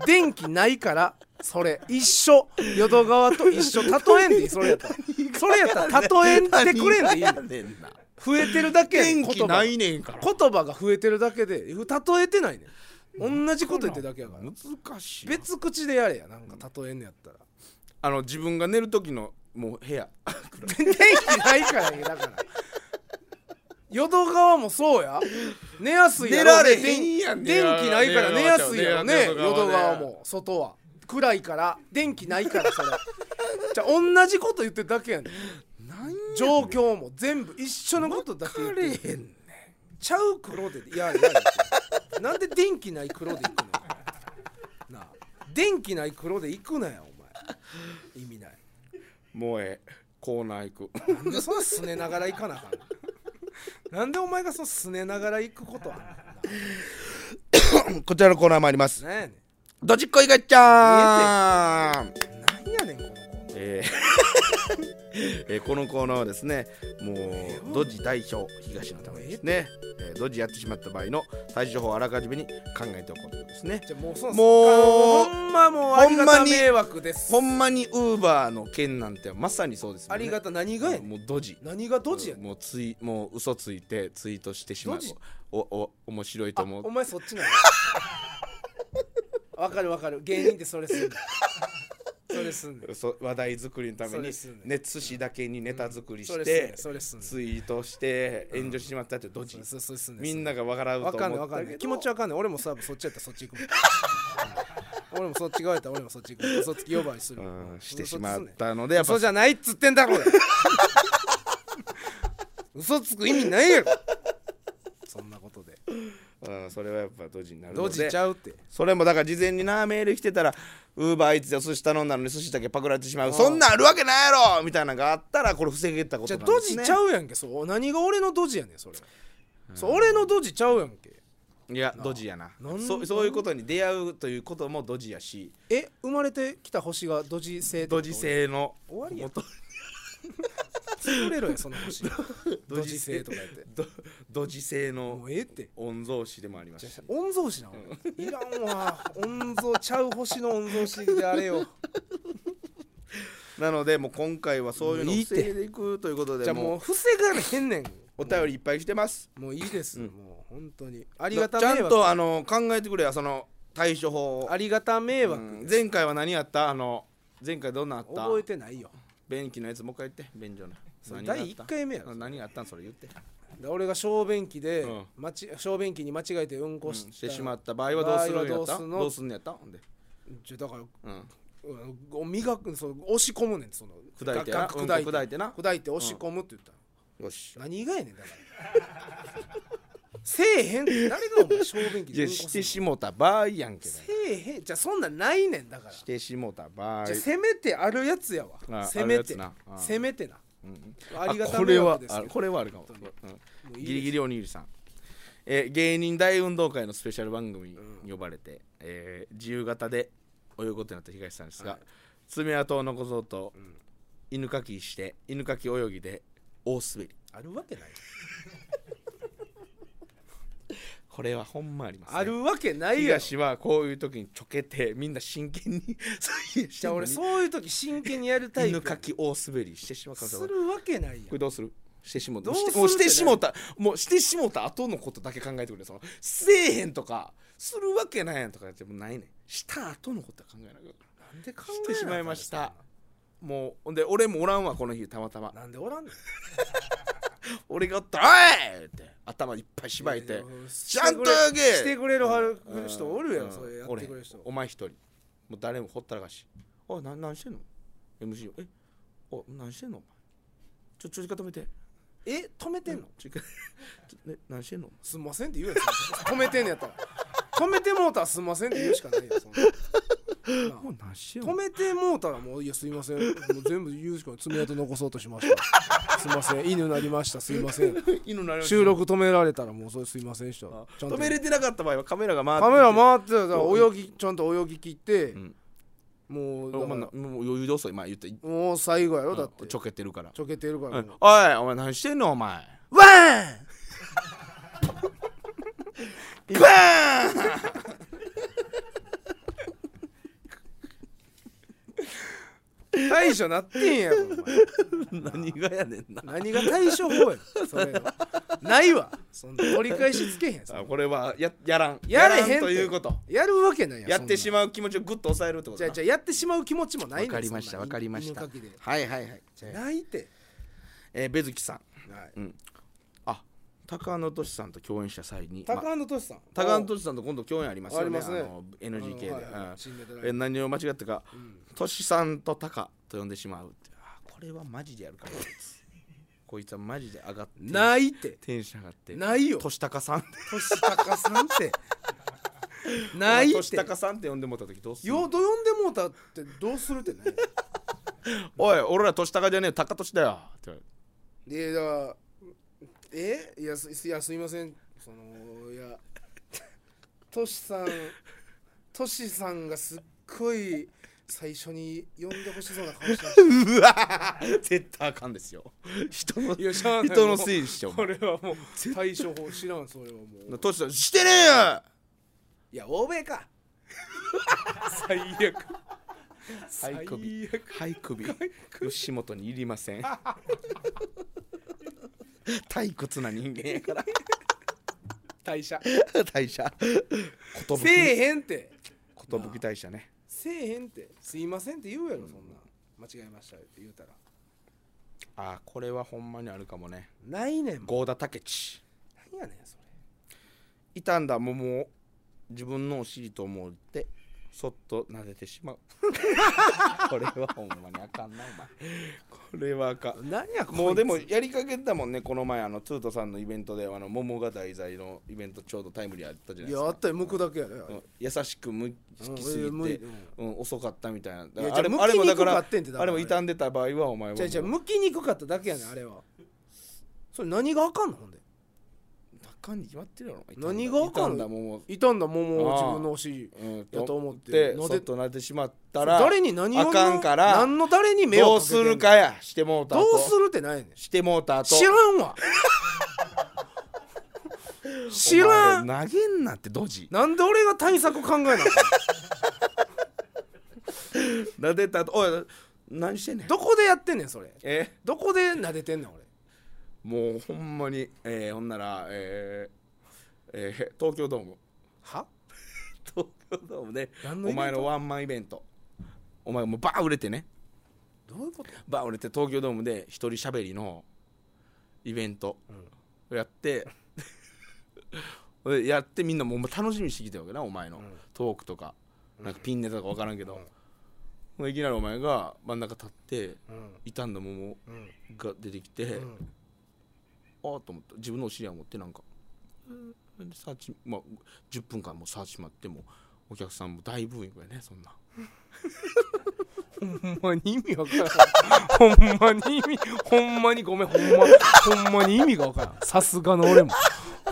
B: 電気ないからそれ一緒淀川と一緒例えんでいいそれやったらそれやったら例えんでくれんでいい
A: 何がやねんな
B: 増えてるだけやね ん
A: 電気
B: 言葉が
A: ないねんから
B: 言葉が増えてるだけで例えてないねん同じこと言ってるだけやから
A: 難しい
B: 別口でやれやなんか例えんのやったら
A: あの自分が寝る時のもう部屋
B: 電気ないからねだから淀川もそうや寝やすいやろ
A: 寝られへんやん
B: で電電気ないから寝やすいやろね
A: 寝やすい
B: 淀川も外は暗いから電気ないからそれじゃあ同じこと言ってるだけやねん
A: 何
B: 状況も全部一緒のことだけ言ってる
A: へんね
B: ちゃう黒でいやいやいやなんで電気ない黒で行くのよなあ電気ない黒で行くなよお前意味ない
A: んもうええコーナー行く
B: なんでそんなすねながら行かなあかんのなんでお前がそのすねながら行くことあんの
A: こちらのコーナー参ります
B: なんやね
A: ドジっこいがっちゃーん
B: んなんやねんこの子
A: え ーえーこのコーナーはですねもうドジ代表東のためにですね、えードジやってしまった場合の対処法をあらかじめに考えておこうということですね
B: じゃあもうその
A: もう
B: ほんまもうありが
A: ほん
B: た
A: まに
B: 迷惑です
A: ほんまにウーバーの件なんてまさにそうですよね
B: ありがた何がやねん
A: もうドジ
B: 何がどっちやねん
A: もうついもう嘘ついてツイートしてしまう
B: ドジ
A: おお面白いと
B: あ
A: 思う
B: お前そっちなのわかるわかる芸人ってそれすんねんそれすんねん
A: そ話題作りのため
B: そ
A: に
B: れすんね
A: 熱しだけにネタ作り
B: そ
A: し
B: れすんね
A: て
B: んそれすんねん
A: ツイートして炎上してしまったってドジ
B: そうそうそう
A: みんなが笑うと
B: わ
A: 思
B: かんないわ
A: った
B: か
A: け
B: んな
A: ど
B: い気持ちわかんない俺もさそっちやったらそっち行くもんうん俺もそっち側やったら俺もそっち行く嘘つき呼ばわりするもん
A: うんし
B: う
A: て
B: ん
A: しまっ
B: そっちすんねん
A: たのでやっぱ
B: 嘘じゃないっつってんだこれ 嘘つく意味ないやろそんなことで
A: うんそれはやっぱドジになるの
B: ドジ
A: で
B: ちゃうって
A: それもだから事前になメール来てたらウーバーイーツでお寿司頼んだのに寿司だけパクられてしまうそんなんあるわけないやろみたいなのがあったらこれ防げたこ
B: じゃ
A: と
B: あ
A: なん
B: ド
A: です
B: ジ
A: ね
B: ちゃうやんけそう何が俺のドジやねんそれそう俺のドジちゃうやんけ
A: いやドジやな
B: なん
A: そうそういうことに出会うということもドジやし
B: え生まれてきた星がドジ性って
A: ド
B: こと
A: ジ性の
B: 終わりやん
A: 元
B: 潰れろよその星 ドジ性とか言って
A: ドドジ性
B: も
A: の
B: うええって
A: 御曹司でもありました
B: 御曹司なの、いらんわ御曹ちゃう星の御曹司であれよ
A: なのでもう今回はそういうのを
B: いいって
A: 防いでいくということで
B: じゃあ
A: も
B: もう
A: う
B: 防がれへんねん
A: お便りいっぱい来てます
B: もういいです、もう本当にあ
A: あ
B: りがた
A: ちゃ
B: 迷
A: ん
B: 惑
A: とあの考えてくれよその対処法を
B: ありがた迷惑、
A: うん前回は何やったあの前回どんなんあった
B: 覚えてないよ
A: 便器のやつもう一回言って便所の
B: それ
A: 何があった
B: 第一回目やろ
A: 何があったんそれ言って
B: だ俺が小便器で、
A: うん
B: まち小便器に間違えてうんこし,、
A: うんしてしまった場合はどうするんやった
B: 場合はどうすんの
A: どうすんのやったほんで
B: じゃあだから
A: うん
B: うん磨くその押し込むねんその
A: 砕いてな
B: ガッガッ
A: うんこ砕いてな
B: 砕いて押し込むって言った、
A: よし
B: 何がやねんだからせえへんって誰がお前小便器
A: い
B: で
A: や
B: うんこすんの
A: してしもた場合やんけど
B: せえへんじゃあそんなんないねんだから
A: し
B: じ
A: てしもた場合
B: ゃあせめてあるやつやわ
A: あ
B: せめて
A: あるやつなあ
B: せめてな
A: うん
B: ありがた
A: こ
B: 迷
A: れ
B: 惑
A: は
B: です
A: あ
B: けど
A: これはあるかも
B: 本
A: う
B: 当
A: ん
B: もういいです
A: ギリギリおにぎりさんえー芸人大運動会のスペシャル番組に呼ばれて、えー自由形で泳ぐことになった東さんですが、
B: はい
A: 爪痕を残そうと、
B: ん
A: 犬かきして犬かき泳ぎで大滑り
B: あるわけない
A: これはほんまあります、ね、
B: あるわけないやろ
A: 東はこういう時にちょけてみんな真剣にそういう
B: じゃあ俺
A: してんの
B: そういう時真剣にやるタ
A: に
B: イプ
A: 犬
B: や
A: かき大滑りしてしまうかもしれな
B: す
A: いこ
B: るわけないやん
A: れどうするしてしもた
B: どうする
A: もうしてしも
B: った
A: もうしてしもた後のことだけ考えてくれそのせえへんとかするわけないやんとかってもうないねんした後のことは考えなく
B: なんで考えなあかんねん
A: してしまいましたもうほんで俺もおらんわこの日たまたま
B: なんでおらんの
A: 俺がおったら「おい!」って頭いっぱいしばい
B: いや
A: て
B: いや
A: ちゃんとあげ
B: してくれるはる人おるや
A: うん
B: んそういうやってくれる人
A: お前一人もう誰もほったらかしおいな何してんの MC をえお何してんのお前ちょちょ時間止めて
B: え止めてんの
A: ちょ時間ちょね何してんの
B: すんませんって言うやん止めてんのやったら止めてもうたらすんませんって言うしかないやんそんな
A: もう何してん
B: 止
A: の
B: めてもうたらもういやすいませんもう全部言うしかない爪痕残そうとしましたすいません犬なりましたすいません
A: 犬なりました
B: 収録止められたらもうそれすいませんでした
A: あ
B: ちゃんと
A: 止めれてなかった場合はカメラが回って
B: カメラ回ってたら
A: う
B: 泳ぎちゃんと泳ぎ切って、
A: ん
B: もうだ
A: お
B: か
A: 前な
B: ら
A: もう余裕で遅いまあ言って
B: もう最後やろだって、
A: ちょけてるから
B: ちょけてるから
A: う
B: も
A: ん
B: う、
A: おいお前何してんのお前
B: わーん
A: バーン
B: 対処なってんやろお前
A: 何がやねん な
B: 何が対処法やろそれはないわそんな取り返しつけへんそん な
A: あこれはややらん
B: やれへんって
A: らということ
B: やるわけないや
A: やってし
B: う
A: まう気持ちをグッと抑えるってこと
B: じゃ
A: だ
B: あ
A: な
B: じゃあやってしまう気持ちもないね
A: わ
B: ん
A: かりまし
B: そ
A: た
B: ん
A: わ
B: な
A: かりました
B: 犬かきで
A: はいはいはいじゃあ
B: ないて、
A: えー、ベズキさん
B: はい
A: あ高野俊さんと共演した際にまあ
B: 高野俊さん
A: 高野俊さんと今度共演ありますよね
B: ありますね
A: の NGK で、
B: あのはいはい
A: うん
B: 新ネタライブ
A: えー何を間違ったか俊、さんと高と呼んでしまうってあーこれはマジでやる からこいつこいつはマジで上がって
B: ないて
A: テンション上がって
B: ないよ
A: 俊高さん
B: 俊高さんって ない
A: 俊
B: て
A: 高さんって呼んでもらった時どうする
B: ようど呼んでもうたってどうするってね
A: おい俺ら俊高じゃねえよ高俊だよって言われて
B: でだからえいやすいやすいませんそのいやトシさんトシさんがすっごい最初に呼んでほしそうな顔してまし
A: うわ絶対あかんですよ人の
B: いやしゃあない
A: 人のせいにしちゃう
B: たこれはもう対処法知らんそれはもう
A: トシさんしてね
B: いや欧米か最悪
A: えよはい首はい首吉本にいりませ ん退屈な人間やから
B: 代謝
A: 大 社ことぶ
B: せ
A: き
B: えへんって
A: ことぶき大社ね
B: せえへんってすいませんって言うやろそんな間違えましたって言うたら
A: ああこれはほんまにあるかもね
B: ないねん
A: 合田武智
B: 何やねんそれ
A: 傷んだ桃を自分のお尻と思ってそっと撫でてしまう これはほんまにあかんなお前これはあかん
B: 何やこいつ
A: もうでもやりかけてたもんねこの前あのトゥートさんのイベントであの桃が題材のイベントちょうどタイムリーあったじゃないで
B: いや
A: す
B: あ
A: か
B: ったよ向くだけやね
A: うん優しく向きす
B: うん
A: ぎ
B: 俺
A: て
B: 向い、
A: うん、遅かったみたいなだか
B: いや
A: ら
B: じゃあ
A: あれも
B: 向
A: あ
B: き
A: れもだか
B: にくからってんてだか
A: あ
B: ら
A: れも傷んでた場合はお前は
B: じゃあじゃあ
A: もう
B: 向きにくかっただけやねんあれはそれ何があかんのほんで
A: 高に決まってるやろ傷んだ
B: 何があかん
A: 傷んだ
B: の
A: 桃を
B: 傷んだ桃を自分のお尻
A: うん
B: やと思って
A: で
B: 撫で
A: そっと撫でてしまったら
B: 誰に何を
A: あかんから
B: 何の誰に迷惑
A: どう
B: かけ
A: す
B: てんの
A: るかやしてもうた
B: ど
A: 後
B: うするってないねん
A: してもうた後
B: 知ら んわ知ら
A: お
B: ん
A: 前投げんなってドジ
B: なんで俺が対策考えなあかんの
A: 撫でた後おい何してんねん
B: どこでやってんねんそれ
A: え
B: どこで撫でてんねん俺
A: もうほんまに、えー、ほんなら、えーえー東京ドーム
B: は
A: 東京ドームで
B: 何のイ
A: お
B: ベント
A: 前のワンマンイベントお前もうバーン売れてね
B: どういうこと
A: バーン売れて東京ドームで一人しゃべりのイベントをやって、でやってみんなもう楽しみにしてきたわけなお前の、トークとかなんかピンネタとか分からんけど、ほんでいきなりお前が真ん中立って
B: うん
A: 傷んだ桃
B: うん
A: が出てきて、ああと思った自分のお尻や思ってなんかサーチ、まあ、10分間もサーチ待ってもお客さんも大ブーイングやねそんな
B: ほんまに意味わからんほんまに意味ほんまにごめんほんまほんまに意味がわからんさすがの俺も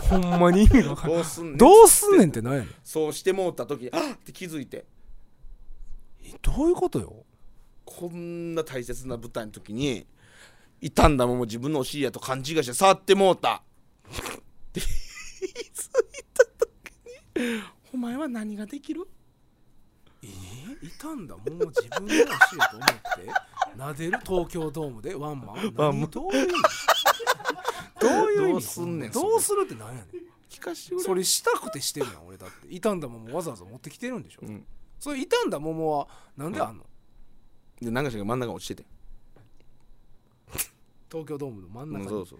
B: ほんまに意味がわからん
A: どうすんねん
B: どうすんねんって何やねん
A: そうしてもうた時にあっって気づいて
B: えどういうことよ
A: こんな大切な舞台の時に傷んだもも自分のお尻やと勘違いして触ってもうたって気づいた時にお前は何ができる
B: えー、傷んだもう自分の足やと思って撫でる東京ドームでワンマン
A: ワンマ
B: 何どういう意味どういう意味
A: どうすんねん
B: どうするって何やね
A: 聞かして
B: ん
A: くれ
B: それしたくてしてるやん俺だって傷んだ桃わざわざ持ってきてるんでしょ、
A: うん
B: それ傷んだ桃はなんであんの、
A: で何かしら真ん中に落ちてて、
B: 東京ドームの真ん
A: うん
B: 中
A: そう
B: に
A: そう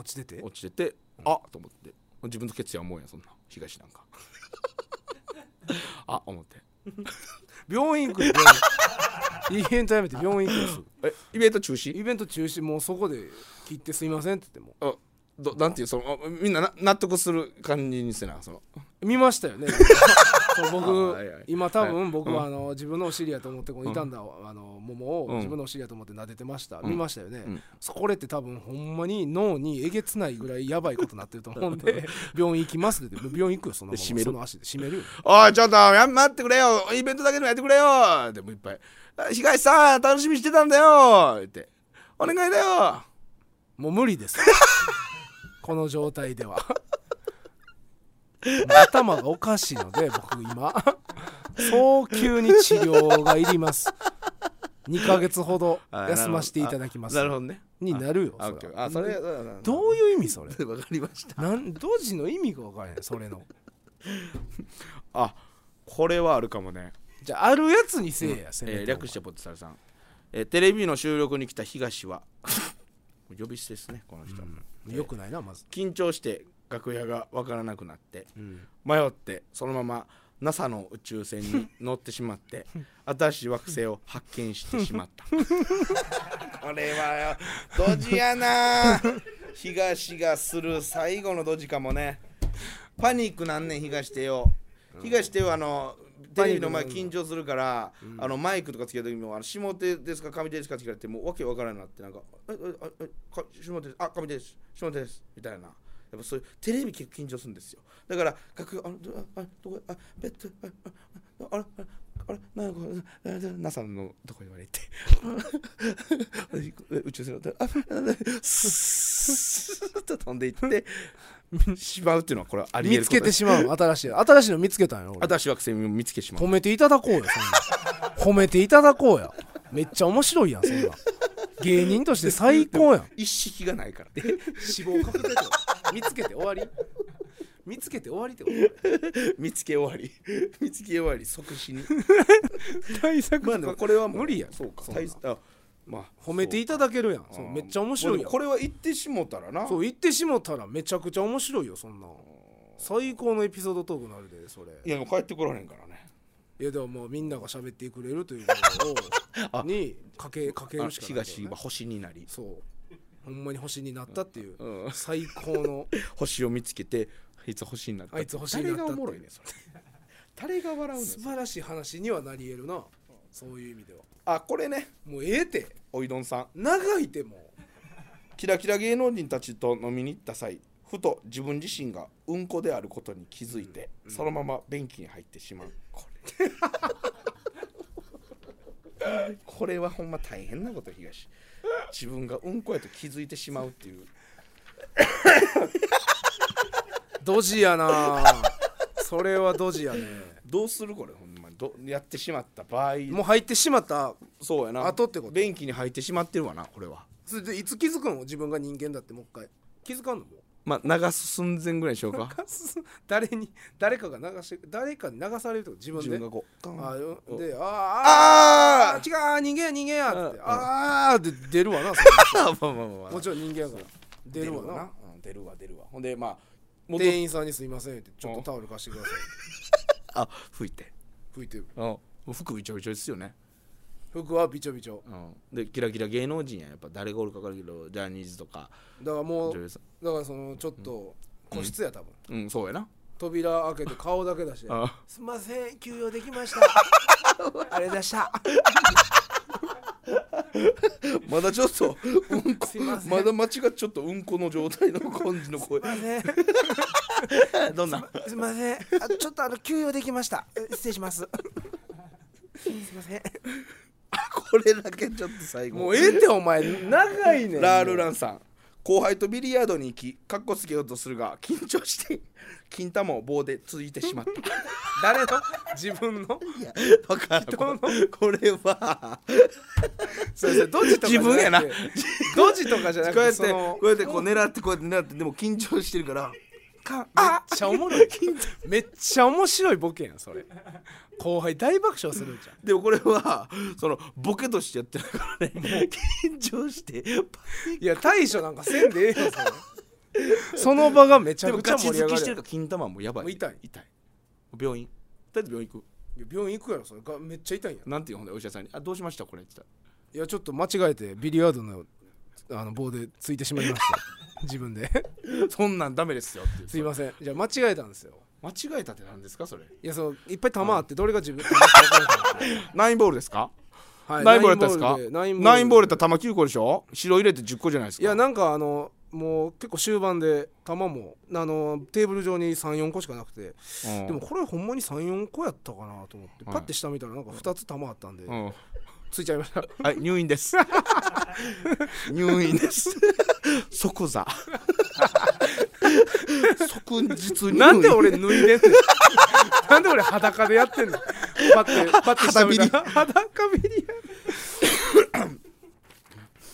B: 落ちてて
A: 落ちててあっと思って自分の決意は思うやんそんな東なんか あ思って
B: 病院行くよ病院イベントやめて病院行くよすぐ
A: えイベント中止
B: イベント中止もうそこで切ってすいませんって言っても
A: あどなんていうそのあみんなな納得する感じにせなその
B: 見ましたよ ねそう僕、
A: はいはい
B: 今多分僕
A: は
B: はあの、自分のお尻やと思ってこの傷んだ、あの桃
A: うん
B: を自分のお尻やと思って撫でてました、
A: ん
B: 見ましたよね、
A: うん
B: そこれって多分ほんまに脳にえげつないぐらいやばいことになってると思うんで 病院行きますって言って病院行くよそのまま
A: で閉める
B: その足で閉めるよ
A: おいちょっとや待ってくれよイベントだけでもやってくれよでもいっぱいあ東さん楽しみにしてたんだよってお願いだよ
B: もう無理です この状態ではもう頭がおかしいので僕今早急に治療がいります2ヶ月ほど休ませていただきます
A: なるほどね
B: になるよ
A: あ
B: それは
A: あそれ
B: で
A: ど
B: どういう意味それ
A: うわかりました
B: なんドジの意味が分からへんそれの
A: あこれはあるかもね、
B: じゃああるやつにせえや、せめて
A: えー略してポテサラさん、えーテレビの収録に来た東は 呼び捨てですねこの人、
B: よくないなまず、
A: 緊張して楽屋がわからなくなって
B: うん
A: 迷ってそのまま NASA の宇宙船に乗ってしまって新しい惑星を発見してしまった これはドジや な東がする最後のドジかもねパニックなんねん東手よ東手はあのテレビの前
B: パニック
A: 緊張するから、あのマイクとかつけた時もあの下手ですか上手ですかって聞かれてもうわけわからんなってなんか「ええええか下手ですあ上手です下手です」みたいなやっぱそういうテレビ結構緊張するんですよだから楽屋あのどああどこあベッドああああれあれあれなんかあれ NASA のとこにまで行って宇宙船のあスーッと飛んでいってしまうっていうのはこれはありえ
B: 見
A: る
B: つ
A: こと
B: けてしまうの新しい新しいの見つけたんよ俺
A: 新しい惑星を見つけてしまう
B: 褒めていただこうよそんな褒めていただこうやめっちゃ面白いやんそんな芸人として最高やん
A: 一式がないから
B: 死亡確定 見つけて終わり見つけて終わりってこ
A: 見つけ終わり 見つけ終わり即死 に
B: と対策
A: まあでもこれはもう
B: 無理やん
A: そうか
B: そんな
A: 大あまあ
B: 褒めていただけるやんそうめっちゃ面白
A: ま
B: い
A: あで
B: や
A: も
B: ん
A: これは言ってしもたらな
B: そう言ってしもたらめちゃくちゃ面白いよそんなん最高のエピソードトークになるでそれ
A: いやでも帰ってこられへんからね
B: いやでももうみんなが喋ってくれるという ことをにかけかけ
A: あ
B: るしかないけど
A: 東
B: ね、
A: は星になり
B: そうほんまに星になったっていう
A: うん
B: 最高の
A: 星を見つけてあいつ星になった
B: あいつ星になったって
A: 誰がおもろいね それ誰が笑うの
B: 素晴らしい話にはなり得るなそういう意味では
A: あこれね
B: もうええて
A: おいどんさん
B: 長いても
A: キラキラ芸能人たちと飲みに行った際ふと自分自身がうんこであることに気づいて、そのまま便器に入ってしまうこれこれはほんま大変なこと東自分がうんこやと気づいてしまうっていう
B: ドジやなそれはドジやね
A: どうするこれほんまにどやってしまった場合
B: もう入ってしまった
A: そうやな
B: 後ってこと
A: 便器に入ってしまってるわなこれは
B: それでいつ気づくの自分が人間だってもう一回気づかんのもう
A: まあ流す寸前ぐらいにしようか
B: 誰に誰かが流して誰かに流されるってこと自分
A: 自
B: で
A: 分がこう
B: あ
A: あ
B: よ
A: うん
B: であ
A: あ
B: ああー違う人間や人間やって
A: うん
B: ああーって出るわなそ
A: あ まあまあまあ
B: れ もちろん人間やから出るわな
A: うん出るわ出るわほんでまあ戻っ
B: 店員さんにすいませんってちょっとタオル貸してください
A: あ拭いて
B: 拭いて
A: うん服びちょびちょですよね、
B: 服はびちょびちょ
A: うん、でキラキラ芸能人ややっぱ誰がおるか分かるけどジャニーズとか
B: だからも
A: 女
B: う
A: 優さん
B: だからそのちょっと個室や多分、
A: うんそうやな
B: 扉開けて顔だけ出して
A: あ
B: 「すんません休養できましたあれ出した
A: まだちょっとうんこ
B: すいません
A: まだ間違っちょっとうんこの状態の感じの声
B: すいません
A: どんな
B: すいませんあちょっとあの休養できましたえ失礼しますすいません
A: これだけちょっと最後
B: もうええってお前長いねん
A: ラールランさん後輩とビリヤードに行きかっこつけようとするが緊張して金玉を棒でついてしまった
B: 誰の自分の
A: いや わからん
B: 人の
A: これこれは
B: そうそうドジとかじゃなくて
A: 自分やな
B: ドジとかじゃな
A: こ
B: く
A: うや
B: て
A: って
B: その
A: こうやってこう狙ってこうやって狙ってでも緊張してるからか
B: めっ
A: あ
B: ちゃおもろい めっちゃ面白いボケやんそれ後輩大爆笑するんじゃん
A: でもこれはそのボケとしてやってるからね緊張して
B: いや大将なんかせんでええよそれその場がめち
A: で
B: ゃ
A: も
B: くちゃ
A: ガチ
B: 盛り上
A: 突
B: が
A: き
B: る
A: してるから金玉もやばい
B: もう痛い
A: 痛い病院とりあえず病院行く
B: いや病院行くやろそれがめっちゃ痛いんや
A: なんていうほんでお医者さんに「あどうしましたこれ」って言っ
B: いやちょっと間違えてビリヤードのあの棒でついてしまいました自分で
A: たら「そんなんダメですよ」って言う
B: すいませんじゃあ間違えたんですよ
A: 間違えたって何ですかそれ
B: いやそのいっぱい球あってどれが自分か分からんから
A: ナインボールですか、
B: はい
A: ナインボールやったんですか
B: ナインボールで
A: ナインボールやったら球9個でしょ白入れて10個じゃないですか
B: いやなんかあのもう結構終盤で球もあのテーブル上に34個しかなくて
A: うん
B: でもこれほんまに34個やったかなと思って
A: はい
B: パッて下見たらなんか2つ球あったんで
A: うん
B: ついちゃいました
A: はい、入院です。入院です。即座。即日入院。
B: なんで俺脱いでんの なんで俺裸でやってんのパ ッてパッて下見たら 裸ビリや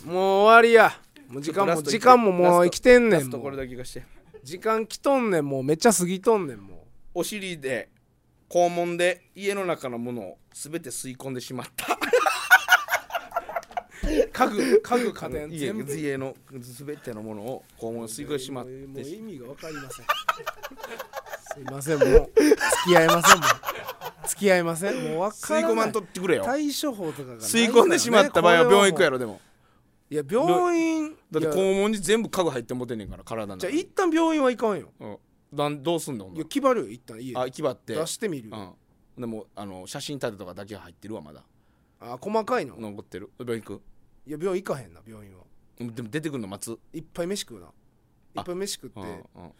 B: もう終わりやもう時間
A: ラ
B: も
A: スト
B: 時間ももう
A: ラスト
B: 来てんね
A: ラ
B: ん
A: スト
B: も
A: これ
B: う
A: だけがして。
B: 時間来とんねんもうめっちゃ過ぎとんねんも
A: お尻で肛門で家の中のものをすべて吸い込んでしまった。
B: う家具家具家電
A: 家
B: 全部
A: 家のすべてのものを肛門で吸い込んでしまっ
B: もうもう
A: て。
B: 意味がわかりません すいませんもう付き合いませんもう付き合いませんもうわか
A: 吸
B: ら
A: い
B: ない
A: 込まんとってくれよ。
B: 対処法とかがないから
A: 吸
B: ね
A: い込んでしまった場合は病院行くや
B: こ
A: ろでも。
B: れはもういや病院
A: だって
B: いや
A: 肛門に全部家具入ってもてんねんから体の
B: じ
A: 中
B: ゃあ
A: に。
B: 一旦病院は行かんよ
A: うんなんどうすんの？ほん
B: い
A: な
B: や
A: ら
B: 気張るよ一旦家
A: あ
B: で
A: 牙って。
B: 出してみるよ
A: うん、でもあの写真立てとかだけが入ってるわまだ
B: あ細かいの
A: 残ってる病院行く
B: いや病院行かへんな病院は
A: うんでも出てくるの待つ、
B: いっぱい飯食うないっぱい飯食っ
A: うん
B: て
A: うん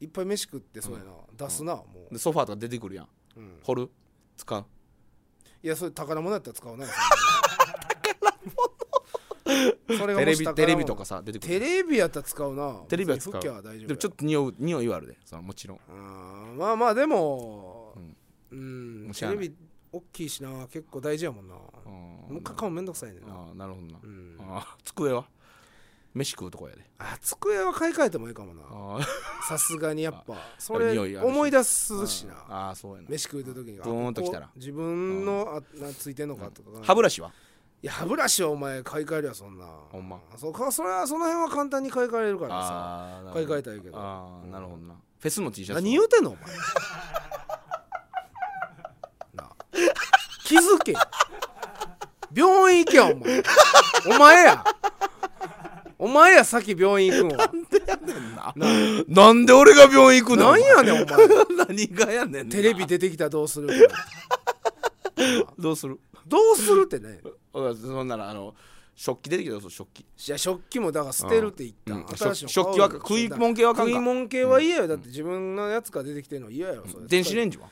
B: いっぱい飯食ってそうやな出すなも
A: でソファーとか出てくるやん
B: ううん
A: 掘る使う
B: いやそれ宝物やったら使わない宝物それが
A: テ
B: も
A: レビ
B: し宝物
A: テレビとかさ出てく
B: テ
A: る
B: レビやったら使うな
A: テレビは使う
B: 別に拭きゃ大丈夫
A: でもちょっと匂う匂いはあるでそのもちろん
B: とまあまあでも
A: うん
B: うん、
A: もうし
B: テ
A: ゃあな
B: レ
A: い
B: ビ大きいしな結構大事やもんなも
A: あ
B: うかかもめんどくさいねんな
A: あーなるほどな、
B: うん
A: あー机は飯食うとこやで
B: あ机は買い替えてもいいかもな
A: あー
B: さすがにやっぱそ
A: やっぱ
B: れ
A: 匂いあるし
B: 思い出すしな
A: あーそうやな
B: 飯食うた時に
A: ブーンときたら
B: あここ自分のあなついてんのかとか
A: 歯ブ
B: ラ
A: ラシはい
B: や歯ブラシはお前買い替えるやそんな
A: ほんま
B: そうかそれはその辺は簡単に買い替えれるからさ
A: あーなるほ
B: 買い
A: ど
B: 替えたらいいけど
A: ああなるほどなフェスの T シャツ
B: 何言うてんのお前 なあ気づけ病院行けよお前お前やお前や先病院行くんは
A: なんで俺が病院行くの
B: なんやねんお前
A: 何がやねんな
B: テレビ出てきたらどうするか
A: どうする
B: どうするってね
A: あそんならあの食器出てきたぞ食器
B: じゃあ食器もだから捨てるって言った、
A: うんうん
B: 新しいの
A: 食
B: 買
A: 器
B: うよ
A: は食いもん系はあかんか
B: 食いもん系は嫌よだって自分のやつが出てきてるの嫌よそれ
A: 電子レンジは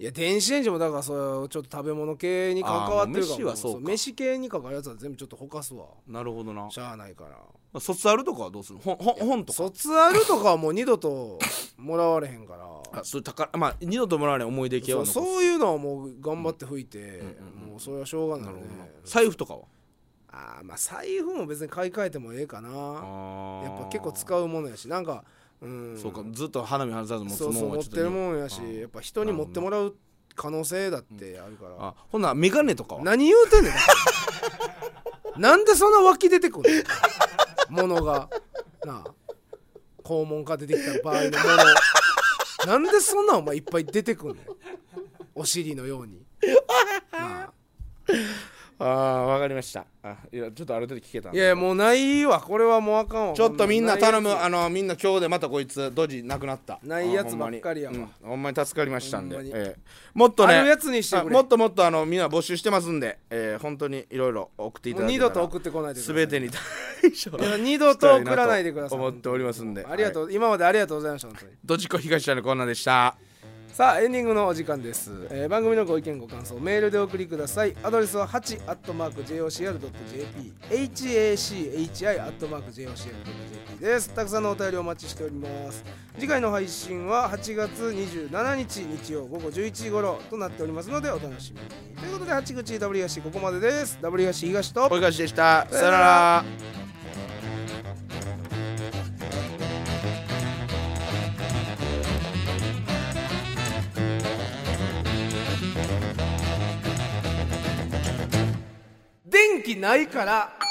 A: い
B: や電子レンジもだからそうちょっと食べ物系に関わってるから
A: あーもう飯はそうか
B: も飯系に関わるやつは全部ちょっとほかすわ
A: なるほどな
B: しゃあないから
A: 卒アルとかはどうする本本本とか
B: 卒アルとかはもう二度ともらわれへんから
A: あそういう宝まあ二度ともらわれない思い出系
B: そ
A: は
B: う
A: 残す
B: そういうのはもう頑張って拭いて、
A: うん
B: もうそれはしょうがな
A: ないる
B: ね
A: ほどな財布とかは
B: あーまあ財布も別に買い替えてもええかな
A: あ
B: やっぱ結構
A: う
B: 使うものやしなんかうん
A: そうかずっと花見外さず持つ
B: そう
A: も
B: そうん
A: は
B: 持っ
A: ちょ
B: てる
A: と
B: もんやし
A: うん
B: やっぱ人に持ってもらう可能性だってあるから、
A: あほんならメガネとかは
B: 何言うてんねんだからなん でそんな湧き出てくるものがなあ肛門から出てきた場合のものなんでそんなんお前いっぱい出てくんねんお尻のようになあ
A: ああわかりましたあいやちょっとある程度聞けたん
B: い
A: で
B: やもうないわこれはもうあかんわ
A: ちょっとみんな頼む
B: こ
A: あのみんな今日でまたこいつドジなくなった
B: ないやつ
A: あほんまに
B: ばっかりやわ
A: うんほんまに助かりましたんで
B: ほんまに
A: ええもっとね
B: あるやつにしてく
A: あ
B: れ
A: もっともっとあのみんな募集してますんでええ本当にいろいろ送ってい
B: ん
A: た
B: な
A: だ
B: もう
A: けたら
B: 二度と送ってこないでください
A: 全てに対処
B: いや二度と送らないでください
A: 思っておりますんで
B: ありがと、
A: はいう
B: 今までありがとうございました本当に
A: ドジっ子東田のコーナーでした
B: さあエンディングのお時間です、えー番組のご意見ご感想メールでお送りくださいアドレスは 8-jocr.jp hachi-jocr.jp ですたくさんのお便りお待ちしております次回の配信は8月27日日曜午後11時頃となっておりますのでお楽しみにということで八口 W 東ここまでです W 東東と
A: 小東でした
B: さ
A: さ
B: よ
A: よな
B: なら
A: ら
B: 電気ないから